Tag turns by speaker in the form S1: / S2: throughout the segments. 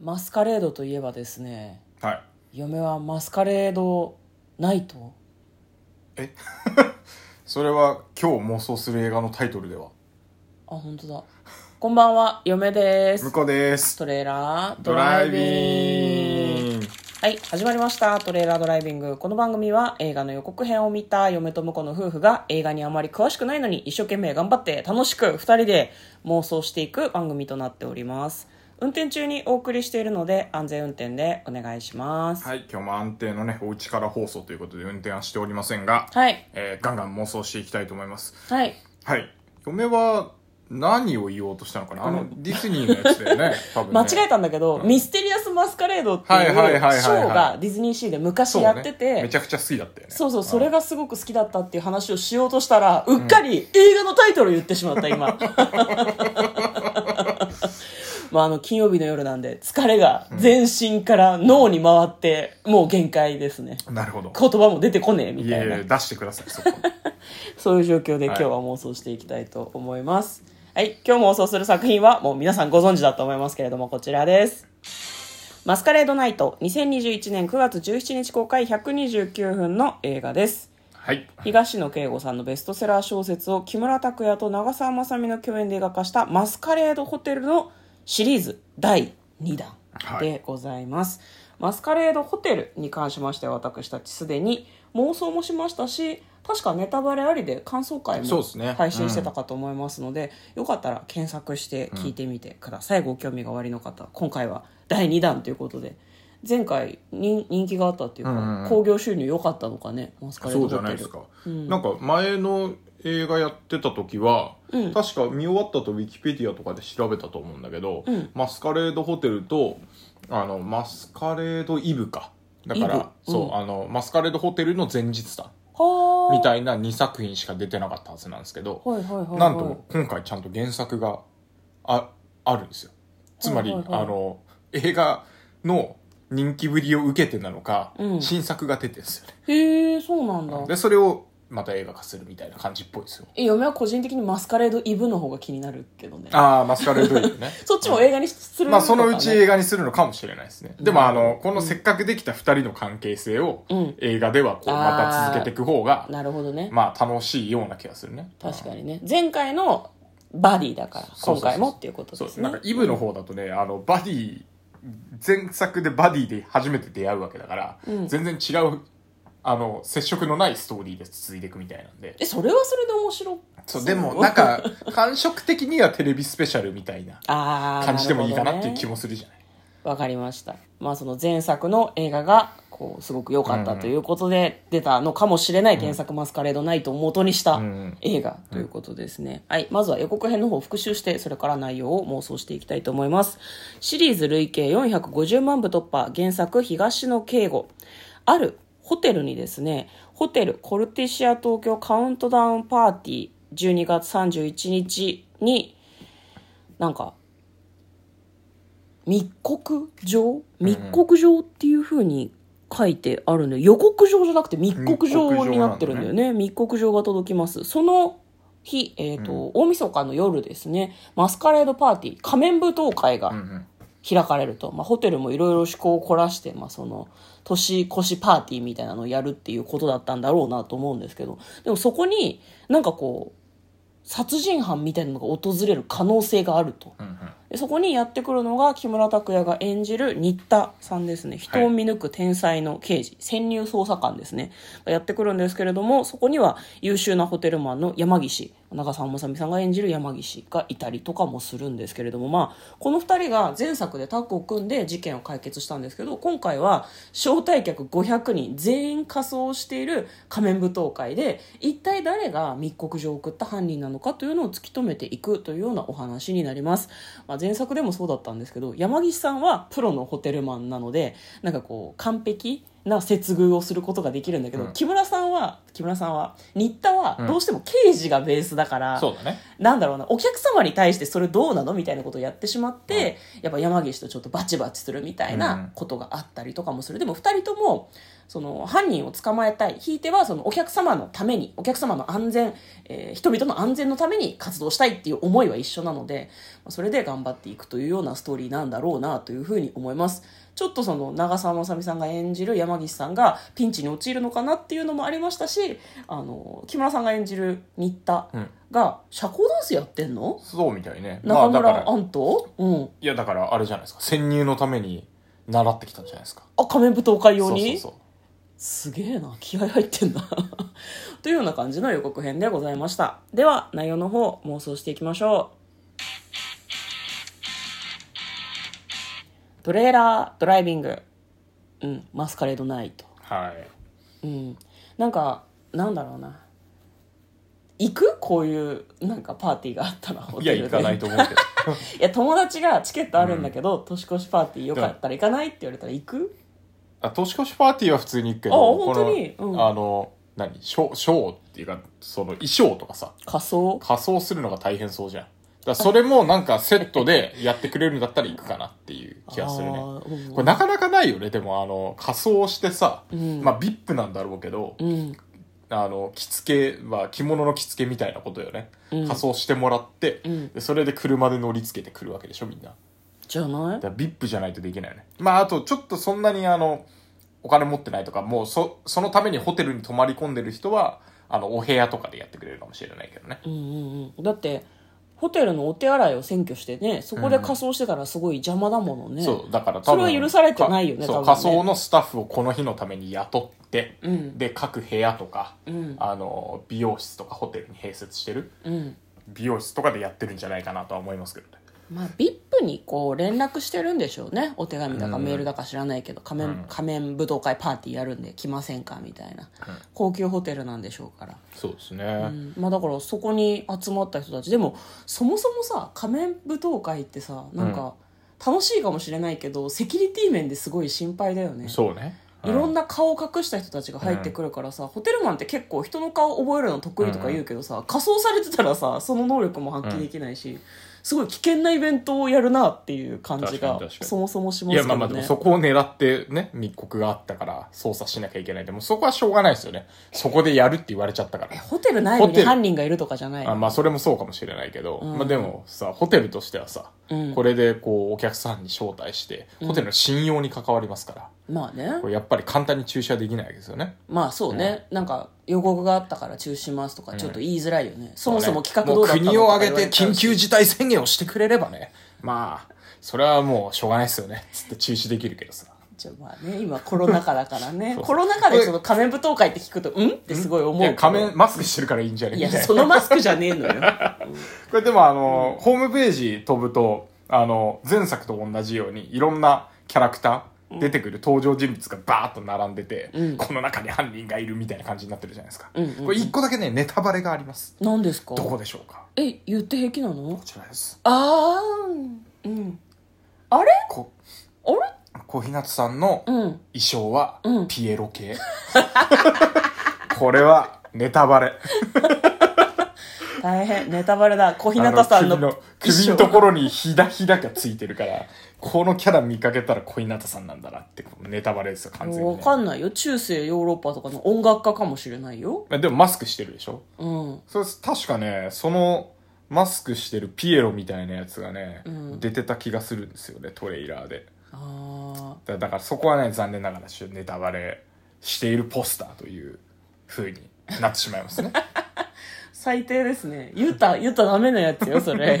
S1: マスカレードといえばですね
S2: はい
S1: 嫁はマスカレードナイト
S2: えそれは今日妄想する映画のタイトルでは
S1: あ本当だこんばんは嫁です
S2: 向こうです
S1: トレーラード
S2: ド
S1: ラ
S2: ラ
S1: イ
S2: イ
S1: ビング
S2: ビング
S1: はい始まりましたトレーラードライビングこの番組は映画の予告編を見た嫁と婿の夫婦が映画にあまり詳しくないのに一生懸命頑張って楽しく2人で妄想していく番組となっております運転中にお送りしているので安全運転でお願いします
S2: はい今日も安定のねお家から放送ということで運転はしておりませんが、
S1: はい、
S2: えーガンガン妄想していきたいと思います
S1: はい
S2: はい嫁は何を言おうとしたのかなあのディズニーのやつだよ ね多分ね
S1: 間違えたんだけど、ミステリアス・マスカレードっていう
S2: はいはいはいはいはい
S1: ショーがディズニーシーで昔
S2: そう
S1: や
S2: だ
S1: って
S2: ね
S1: て、
S2: めちゃくちゃ好きだったよね
S1: そうそう、それがすごく好きだったっていう話をしようとしたら、うっかり映画のタイトル言ってしまった、 今。まあ、あの、金曜日の夜なんで、疲れが全身から脳に回って、もう限界ですね。
S2: なるほど
S1: 言葉も出てこねえ、み
S2: い
S1: たい
S2: え
S1: な。
S2: 出してくださいそこ
S1: そういう状況で今日は妄想していきたいと思います。はい、今日妄想する作品はもう皆さんご存知だと思いますけれども、こちらです。マスカレードナイト、2021年9月17日公開129分の映画です。
S2: はい
S1: 東野圭吾さんのベストセラー小説を木村拓哉と長澤まさみの共演で映画化した「マスカレードホテル」のシリーズ第2弾でございます、マスカレードホテルに関しましては私たちすでに妄想もしましたし確かネタバレありで感想会
S2: そう
S1: も
S2: ですね
S1: 配信してたかと思いますのでよかったら検索して聞いてみてください、ご興味がおありの方今回は第2弾ということで前回人人気があったっていう
S2: うんうん
S1: か
S2: うん
S1: 興行、収入良かったのかねマスカレー
S2: そ
S1: ドホ
S2: う
S1: テ
S2: じ
S1: ル
S2: ゃないですか、なんか前の映画やってた時は、確か見終わったとウィキペディアとかで調べたと思うんだけど、マスカレードホテルとあのマスカレードイブかだから、
S1: イブ
S2: そううあのマスカレードホテルの前日だ
S1: はあ
S2: みたいな2作品しか出てなかったはずなんですけど、
S1: はいはいはいはい
S2: なんと今回ちゃんと原作がああるんですよつまり、
S1: はいはいはい
S2: あの映画の人気ぶりを受けてなのか、
S1: うん
S2: 新作が出てるんですよね
S1: へえそうなんだ
S2: でそれをまた映画化するみたいな感じっぽいですよ
S1: え嫁は個人的にマスカレードイブの方が気になるけどね
S2: ああマスカレードイブ ね
S1: そっちも映画にする
S2: まあそのうち映
S1: 画
S2: 画にするのかもしれないですねでもあのこのせっかくできた2人の関係性を
S1: うん
S2: 映画ではこう
S1: あー
S2: また続けていく方が
S1: なるほどね
S2: まあ楽しいような気がするね
S1: 確か
S2: に
S1: にね前回のバディだから
S2: そうそうそう
S1: 今回もっていうこと
S2: そう
S1: で
S2: ですすなん
S1: ね
S2: かイブの方だとねあのバディ前作でバディで初めて出会うわけだから、
S1: うん
S2: 全然違うあの接触のないストーリーで続いていくみたいなんで
S1: えそれはそれで面白
S2: そう でもなんか感触的にはテレビスペシャルみたいな
S1: ああ
S2: 感じでもいいかなっていう気
S1: も
S2: もするじゃない
S1: わかりましたまあその前作の映画がこうすごく良かったということで出たのかもしれない原作「マスカレードナイト」を元にした、
S2: うん
S1: 映画ということですね、はいまずは予告編の方を復習してそれから内容を妄想していきたいと思いますシリーズ累計450万部突破原作東野圭吾あるホテルにですねホテルコルティシア東京カウントダウンパーティー12月31日になんか密告状密告状っていうふうに書いてあるんで予告状じゃなくて密告状になってるんだよねね、密告状が届きます。その日、えっ、と、大晦日の夜ですね、マスカレードパーティー、仮面舞踏会
S2: うんう
S1: が
S2: ん
S1: 開かれると、まあ、ホテルもいろいろ趣向を凝らして、まあ、その、年越しパーティーみたいなのをやるっていうことだったんだろうなと思うんですけど、でもそこになんかこう、殺人犯みたいなのが訪れる可能性があると。
S2: うんうん
S1: でそこにやってくるのが木村拓哉が演じる新田さんですね人を見抜く天才の刑事、潜入捜査官ですねやってくるんですけれどもそこには優秀なホテルマンの山岸長澤まさみさんが演じる山岸がいたりとかもするんですけれどもまあこの2人が前作でタッグを組んで事件を解決したんですけど今回は招待客500人全員仮装している仮面舞踏会で一体誰が密告状を送った犯人なのかというのを突き止めていくというようなお話になります、まあ、前作でもそうだったんですけど山岸さんはプロのホテルマンなのでなんかこう完璧な接遇をすることができるんだけど、
S2: うん
S1: 木村さんは木村さんは新田は
S2: うん
S1: どうしても刑事がベースだから、
S2: そうだね
S1: なんだろうなお客様に対してそれどうなのみたいなことをやってしまって、やっぱ山岸とちょっとバチバチするみたい
S2: うん
S1: なことがあったりとかもする、でも2人ともその犯人を捕まえたいひいてはそのお客様のためにお客様の安全、えー人々の安全のために活動したいっていう思いは一緒なのでまあそれで頑張っていくというようなストーリーなんだろうなというふうに思います。ちょっとその長澤まさみさんが演じる山岸さんがピンチに陥るのかなっていうのもありましたしあの木村さんが演じる新田
S2: うん
S1: が社交ダンスやってんの
S2: そうみたいねま
S1: 中
S2: あだか
S1: 村
S2: ら
S1: アント、うん、
S2: いやだからあれじゃないですか潜入のために習ってきたんじゃないですか
S1: あ仮面舞踏会用に
S2: そうそうそう
S1: すげえな気合入ってんな というような感じの予告編でございましたでは内容の方妄想していきましょうトレーラードライビングうんマスカレードナイト
S2: は
S1: う
S2: い
S1: んなんかなんだろうな行くこういうなんかパーティーがあったらホ
S2: い
S1: テ
S2: や
S1: ルで
S2: 行かないと思う けど
S1: いや友達がチケットあるんだけど、年越しパーティーよかったら行かないって言われたら行く
S2: あ年越しパーティーは普通に行くけど
S1: あ本当に
S2: この、
S1: うん
S2: あの何ショーショーっていうかその衣装とかさ
S1: 仮装
S2: 仮装するのが大変そうじゃんだからそれもなんかセットでやってくれるんだったら行くかなっていう気がする
S1: あ
S2: ね
S1: ーうん
S2: これなかなかないよねでもあの仮装してさ、
S1: うん
S2: まあ VIP なんだろうけど、
S1: うん
S2: あの着付け、まあ、着物の着付けみたいなことよね、
S1: うん
S2: 仮装してもらって、
S1: うん
S2: でそれで車で乗り付けてくるわけでしょみんな
S1: じゃない
S2: だから VIP じゃないとできないよねまああとちょっとそんなにあのお金持ってないとかもうそそのためにホテルに泊まり込んでる人はあのお部屋とかでやってくれるかもしれないけどね
S1: うんうんうんだってホテルのお手洗いを占拠してねそこで仮装してたらすごい邪魔だものね、
S2: そう、だから
S1: それは許されてないよね
S2: か
S1: 多
S2: そ
S1: 分
S2: う、
S1: ね
S2: 仮想のスタッフをこの日のために雇って、
S1: うん
S2: で、各部屋とか、
S1: うん
S2: あの、美容室とかホテルに併設してる、
S1: うん
S2: 美容室とかでやってるんじゃないかなとは思いますけどね。
S1: まあ VIP にこう連絡してるんでしょうねお手紙だか
S2: うん
S1: メールだか知らないけど仮面,、
S2: うん
S1: 仮面舞踏会パーティーやるんで来ませんかみたいな高級ホテルなんでしょうから
S2: そうですね。
S1: うんまあ、だからそこに集まった人たちでもそもそもさ仮面舞踏会ってさなんか楽しいかもしれないけどセキュリティ面ですごい心配だよね
S2: そうね。
S1: いろん
S2: な、
S1: な顔を隠した人たちが入ってくるからさ、ホテルマンって結構人の顔覚えるの得意とか言うけどさ、仮装されてたらさその能力も発揮できないし、すごい危険なイベントをやるなっていう感じ
S2: 確
S1: が
S2: かに確かに
S1: そもそもしま
S2: い
S1: す
S2: や、
S1: け
S2: まあ
S1: ど
S2: まあ、でも
S1: ね
S2: そこを狙ってね、密告があったから、捜査しなきゃいけない。でもそこはしょうがないですよね。そこでやるって言われちゃったから。
S1: ホテル内部
S2: ホ
S1: に
S2: テル
S1: 犯人がいるとかじゃない
S2: あまあそれもそうかもしれないけど、
S1: うん
S2: まあでもさホテルとしてはさ、
S1: うん
S2: これでこうお客さんに招待してホテルの信用に関わりますから、
S1: まあね
S2: これやっぱり簡単に駐車できないわけですよね
S1: まあそうね、なんか予告があったから中止しますとかちょっと言いづらいよね、そもそも企画どうだったのと
S2: も国を
S1: か言
S2: 挙
S1: われ
S2: げて
S1: ちゃう
S2: 緊
S1: し
S2: 急事態宣言をしてくれればねまあそれはもうしょうがないですよねつって中止できるけどさ
S1: じゃあまあね今コロナ禍だからね
S2: そう
S1: コロナ禍でその仮面舞踏会って聞くとうんってすごい思う
S2: い
S1: けど
S2: や仮面マスクしてるからいいんじゃね
S1: い
S2: み
S1: や
S2: たいな
S1: そのマスクじゃねえのよ
S2: これでもあの、ホームページ飛ぶとあの前作と同じようにいろんなキャラクター出てくる登場人物がバーッと並んでて、
S1: うん
S2: この中に犯人がいるみたいな感じになってるじゃないですか、
S1: うんうんうん
S2: これ一個だけねネタバレがあります
S1: 何ですか
S2: どこでしょうか
S1: え言って平気なの
S2: こちらです
S1: ああうんあれ
S2: こ
S1: あれ
S2: 小日向さんの衣
S1: うん
S2: 装は
S1: うん
S2: ピエロ系、 これはネタバレ
S1: 大変ネタバレだ小日向さんの
S2: あ首の首のところにひだひだがついてるからこのキャラ見かけたら小日向さんなんだなってネタバレですよ完全に、
S1: わ
S2: ね、
S1: かんないよ中世ヨーロッパとかの音楽家かもしれないよ
S2: まあでもマスクしてるでしょ
S1: うん
S2: それ確かねそのマスクしてるピエロみたいなやつがね、
S1: うん
S2: 出てた気がするんですよねトレーラーで
S1: あ
S2: だだからそこはね残念ながらちょっとネタバレしているポスターという風になってしま いますね
S1: ー最低ですね言った言ったらダメなやつよそれ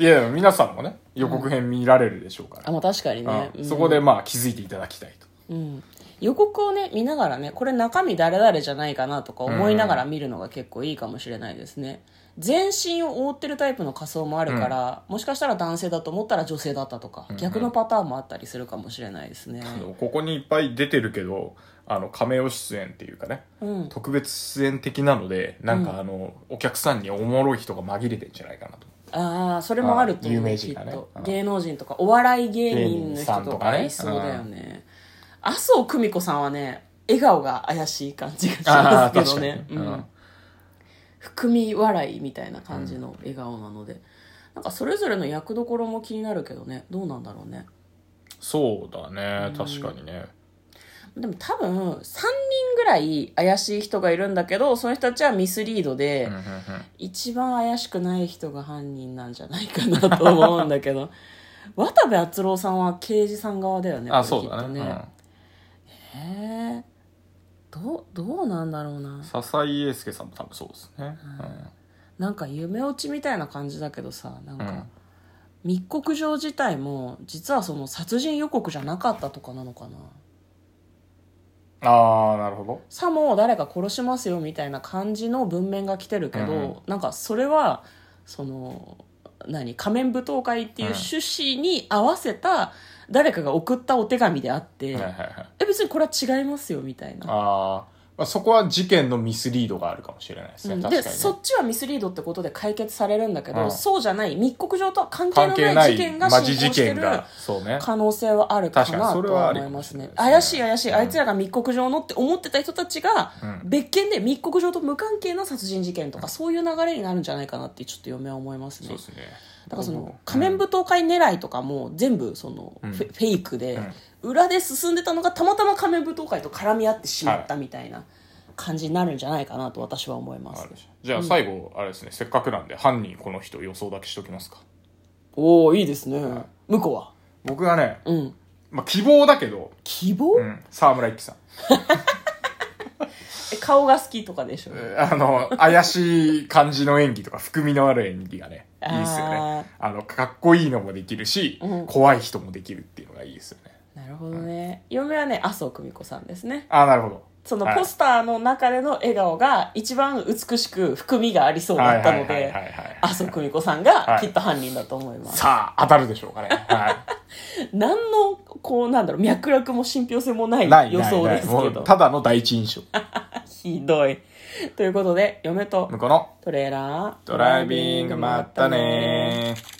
S2: いやいや皆さんもね予告編見られるでしょうか
S1: あ
S2: ら、
S1: まあ確かにね、
S2: うん
S1: うん
S2: そこでまあ気づいていただきたいと
S1: うん、予告をね見ながらねこれ中身誰々じゃないかなとか思いながら見るのが結構いいかもしれないですね、全身を覆ってるタイプの仮装もあるから、もしかしたら男性だと思ったら女性だったとか、
S2: ん
S1: 逆のパターンもあったりするかもしれないですね、
S2: あのここにいっぱい出てるけどあの亀尾出演っていうかね
S1: うん、
S2: 特別出演的なのでなんかあの、お客さんにおもろい人が紛れてんじゃないかなと
S1: ああそれもあると思う
S2: 有名人がね
S1: きっと
S2: うん
S1: 芸能人とかお笑い芸人の人
S2: 芸人さん
S1: と
S2: と
S1: か
S2: かね
S1: いそうだよね、麻生久美子さんはね笑顔が怪しい感じがし
S2: あ
S1: ま
S2: ー
S1: すけどね、
S2: 確
S1: う
S2: かにうん
S1: ん、含み笑いみたいな感じの笑顔なので、なんかそれぞれの役どころも気になるけどねどうなんだろうね
S2: そうだ
S1: う
S2: ね
S1: ん
S2: 確かにね、
S1: でも多分3人ぐらい怪しい人がいるんだけどその人たちはミスリードで、
S2: うんうんうん
S1: 一番怪しくない人が犯人なんじゃないかなと思うんだけ ど渡部篤郎さんは刑事さん側だよね
S2: あ
S1: これ
S2: そうだね
S1: きっとねへえどうどうなんだろうな
S2: うん、笹井英介さんも多分そうですね、
S1: なんか夢落ちみたいな感じだけどさなんか、
S2: うん
S1: 密告状自体も実はその殺人予告じゃなかったとかなのかな
S2: うん、ああなるほど
S1: さも誰か殺しますよみたいな感じの文面が来てるけど、
S2: うん
S1: なんかそれはその何仮面舞踏会っていう
S2: うん
S1: 趣旨に合わせた誰かが送ったお手紙であって、
S2: はいはいはい
S1: え別にこれは違いますよみたいな。
S2: あー、まあそこは事件のミスリードがあるかもしれないですね、
S1: うん
S2: 確
S1: で
S2: かに、ね、
S1: そっちはミスリードってことで解決されるんだけど、
S2: うん
S1: そうじゃない密告状とは関係
S2: 関係
S1: の
S2: な
S1: ないい事件が進
S2: マ
S1: 行
S2: ジ事
S1: して
S2: 件
S1: る
S2: がそうね
S1: 可能性はあるか
S2: 確か
S1: な
S2: にそれ
S1: と
S2: は
S1: は
S2: あり
S1: 思いますね
S2: かもしれない
S1: 怪
S2: です
S1: しい
S2: ね
S1: 怪しい、
S2: うん
S1: あいつらが密告状のって思ってた人たちが、
S2: うん
S1: 別件で密告状と無関係の殺人事件とか、そういう流れになるんじゃないかなってちょっと嫁は思いますね
S2: そうですね
S1: だからその仮面舞踏会狙いとかも全部そのフ
S2: うん
S1: ェ,、フェイクで、裏で進んでたのがたまたま仮面舞踏会と絡み合ってしまったみたいな感じになるんじゃないかなと私は思います、
S2: あるしじゃあ最後、あれですねせっかくなんで犯人この人予想だけしときますか
S1: おおいいですね、向こうは
S2: 僕はね、
S1: うん
S2: まあ、希望だけど、
S1: 希望、
S2: うん、沢村一樹さん
S1: え顔が好きとかでしょ、
S2: え ーあの、怪しい感じの演技とか、含みのある演技がね、いいですよね。あの、かっこいいのもできるし、
S1: うん
S2: 怖い人もできるっていうのがいいですよね。
S1: なるほどね、嫁はね麻生久美子さんですね
S2: ああ、なるほど。
S1: その
S2: はい
S1: ポスターの中での笑顔が一番美しく含みがありそうだったの
S2: はいはい
S1: で
S2: はいはいはい
S1: 麻生久美子さんが
S2: はい
S1: きっと犯人だと思います、
S2: さあ、当たるでしょうかね。は
S1: 何のこうなんだろう脈絡も信憑性も ない
S2: い。ない、
S1: 予想
S2: ない
S1: です
S2: ない
S1: け
S2: も
S1: ど
S2: うただの第一印象。
S1: ひどいということで嫁と
S2: 向こうの、
S1: トレーラー
S2: ドライビング、まったねー。